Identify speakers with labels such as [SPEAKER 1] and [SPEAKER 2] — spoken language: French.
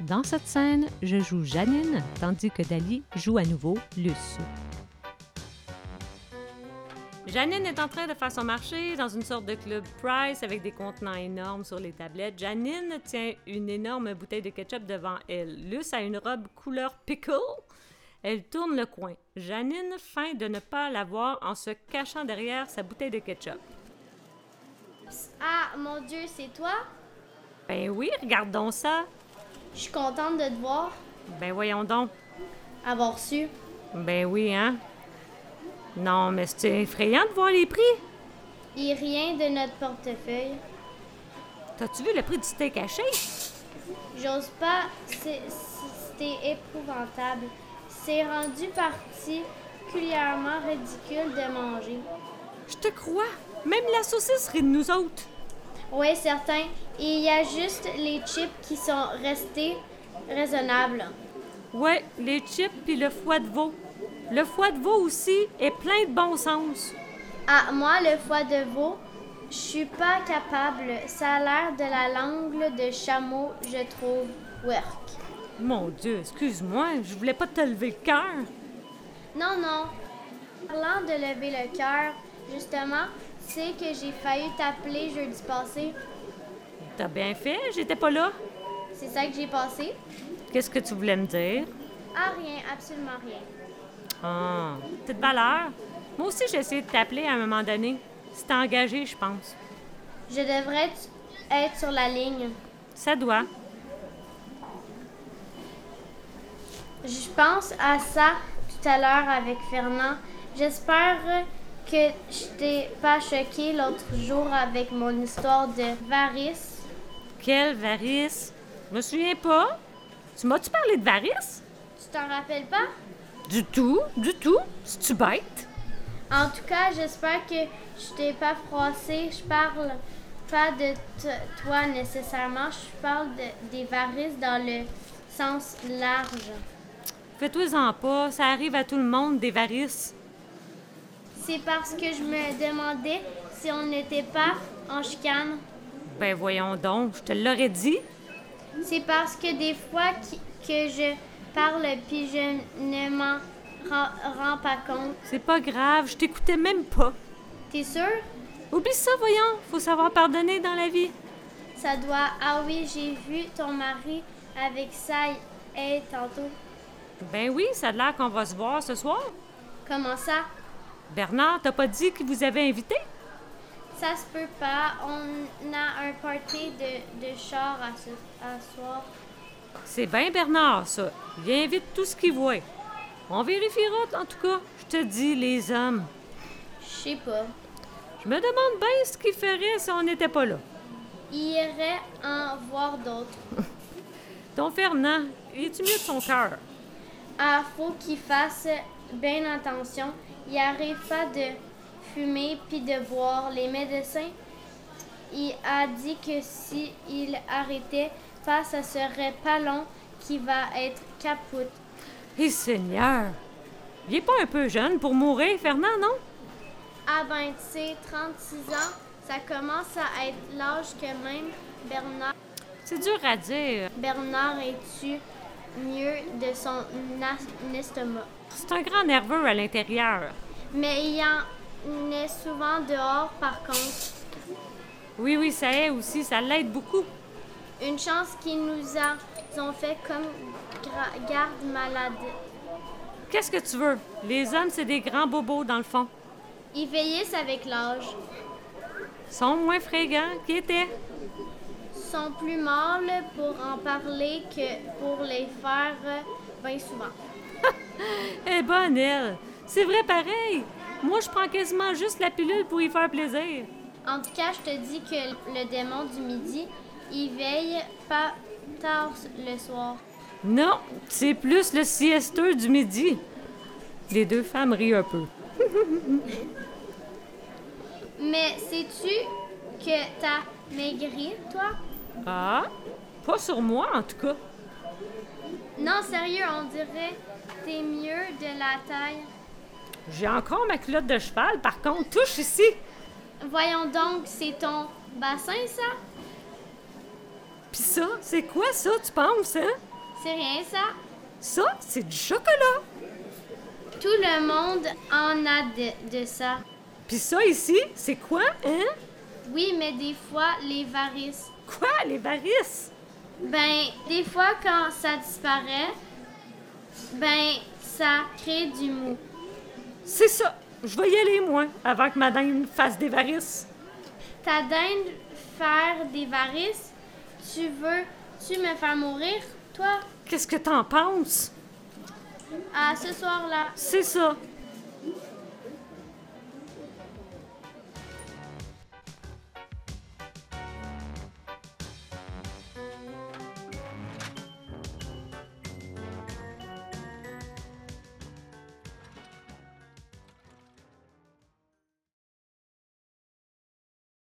[SPEAKER 1] Dans cette scène, je joue Janine, tandis que Dali joue à nouveau Luce. Janine est en train de faire son marché dans une sorte de club Price avec des contenants énormes sur les tablettes. Janine tient une énorme bouteille de ketchup devant elle. Luce a une robe couleur pickle. Elle tourne le coin. Janine feint de ne pas la voir en se cachant derrière sa bouteille de ketchup.
[SPEAKER 2] Ah, mon Dieu, c'est toi?
[SPEAKER 1] Ben oui, regardons ça.
[SPEAKER 2] Je suis contente de te voir.
[SPEAKER 1] Ben voyons donc.
[SPEAKER 2] Avoir su.
[SPEAKER 1] Ben oui, hein? Non, mais c'est effrayant de voir les prix.
[SPEAKER 2] Et rien de notre portefeuille.
[SPEAKER 1] T'as-tu vu le prix du steak haché?
[SPEAKER 2] J'ose pas. c'est- c'est- C'était épouvantable. C'est rendu particulièrement ridicule de manger.
[SPEAKER 1] Je te crois. Même la saucisse rit de nous autres.
[SPEAKER 2] Oui, certain. Et il y a juste les chips qui sont restés raisonnables.
[SPEAKER 1] Ouais, les chips puis le foie de veau. Le foie de veau aussi est plein de bon sens.
[SPEAKER 2] Ah, moi, le foie de veau, je suis pas capable. Ça a l'air de la langue de chameau, je trouve. Work.
[SPEAKER 1] Mon Dieu, excuse-moi, je voulais pas te lever le cœur.
[SPEAKER 2] Non, non. Parlant de lever le cœur, justement, c'est que j'ai failli t'appeler jeudi passé.
[SPEAKER 1] T'as bien fait, j'étais pas là.
[SPEAKER 2] C'est ça que j'ai passé?
[SPEAKER 1] Qu'est-ce que tu voulais me dire?
[SPEAKER 2] Ah, rien, absolument rien.
[SPEAKER 1] Ah, petite valeur. Moi aussi, j'ai essayé de t'appeler à un moment donné. C'est engagé, je pense.
[SPEAKER 2] Je devrais tu- être sur la ligne.
[SPEAKER 1] Ça doit.
[SPEAKER 2] Je pense à ça tout à l'heure avec Fernand. J'espère que je t'ai pas choqué l'autre jour avec mon histoire de varice.
[SPEAKER 1] Quelle varice? Je me souviens pas. Tu m'as-tu parlé de varice?
[SPEAKER 2] Tu t'en rappelles pas?
[SPEAKER 1] Du tout, du tout. C'est-tu bête?
[SPEAKER 2] En tout cas, j'espère que je t'ai pas froissé. Je parle pas de t- toi nécessairement. Je parle de- des varices dans le sens large.
[SPEAKER 1] Fais-toi-en pas, ça arrive à tout le monde, des varices.
[SPEAKER 2] C'est parce que je me demandais si on n'était pas en chicane.
[SPEAKER 1] Ben voyons donc, je te l'aurais dit.
[SPEAKER 2] C'est parce que des fois qui- que je parle puis je ne m'en rends, rends pas compte.
[SPEAKER 1] C'est pas grave, je t'écoutais même pas.
[SPEAKER 2] T'es sûr?
[SPEAKER 1] Oublie ça, voyons, faut savoir pardonner dans la vie.
[SPEAKER 2] Ça doit. Ah oui, j'ai vu ton mari avec ça et tantôt.
[SPEAKER 1] Ben oui, ça a l'air qu'on va se voir ce soir.
[SPEAKER 2] Comment ça?
[SPEAKER 1] Bernard, t'as pas dit qu'il vous avait invité?
[SPEAKER 2] Ça se peut pas. On a un party de, de char à ce à soir.
[SPEAKER 1] C'est bien Bernard, ça. Il invite tout ce qu'il voit. On vérifiera, en tout cas. Je te dis, les hommes.
[SPEAKER 2] Je sais pas.
[SPEAKER 1] Je me demande bien ce qu'il ferait si on n'était pas là.
[SPEAKER 2] Il irait en voir d'autres.
[SPEAKER 1] Ton Fernand, il est-tu mieux de son cœur?
[SPEAKER 2] Ah, faut qu'il fasse bien attention. Il arrive pas de fumer puis de boire. Les médecins, il a dit que si il arrêtait pas, ça serait pas long qu'il va être capote.
[SPEAKER 1] Et Seigneur! Il est pas un peu jeune pour mourir, Fernand, non?
[SPEAKER 2] À 26, 36 ans, ça commence à être l'âge que même Bernard
[SPEAKER 1] C'est dur à dire.
[SPEAKER 2] Bernard est-tu mieux de son as- estomac?
[SPEAKER 1] C'est un grand nerveux à l'intérieur.
[SPEAKER 2] Mais il en est souvent dehors, par contre.
[SPEAKER 1] Oui, oui, ça est aussi, ça l'aide beaucoup.
[SPEAKER 2] Une chance qu'ils nous a, ont fait comme gra- garde malade.
[SPEAKER 1] Qu'est-ce que tu veux? Les hommes, c'est des grands bobos, dans le fond.
[SPEAKER 2] Ils vieillissent avec l'âge,
[SPEAKER 1] Ils sont moins frégants qu'ils étaient.
[SPEAKER 2] sont plus mâles pour en parler que pour les faire euh, bien souvent.
[SPEAKER 1] Elle est Eh, bonne, elle. C'est vrai pareil. Moi, je prends quasiment juste la pilule pour y faire plaisir.
[SPEAKER 2] En tout cas, je te dis que le démon du midi, il veille pas tard le soir.
[SPEAKER 1] Non, c'est plus le siesteux du midi. Les deux femmes rient un peu.
[SPEAKER 2] Mais sais-tu que t'as maigri, toi?
[SPEAKER 1] Ah, pas sur moi en tout cas.
[SPEAKER 2] Non, sérieux, on dirait t'es mieux de la taille.
[SPEAKER 1] J'ai encore ma culotte de cheval, par contre, touche ici.
[SPEAKER 2] Voyons donc, c'est ton bassin, ça?
[SPEAKER 1] Puis ça, c'est quoi ça, tu penses, hein?
[SPEAKER 2] C'est rien ça?
[SPEAKER 1] Ça, c'est du chocolat.
[SPEAKER 2] Tout le monde en a de, de ça.
[SPEAKER 1] Puis ça ici, c'est quoi, hein?
[SPEAKER 2] Oui, mais des fois, les varices.
[SPEAKER 1] Quoi, les varices?
[SPEAKER 2] Ben, des fois, quand ça disparaît, ben, ça crée du mou.
[SPEAKER 1] C'est ça. Je vais y aller, moi, avant que ma dinde fasse des varices.
[SPEAKER 2] Ta dinde faire des varices, tu veux, tu me faire mourir, toi?
[SPEAKER 1] Qu'est-ce que t'en penses?
[SPEAKER 2] À ce soir-là.
[SPEAKER 1] C'est ça.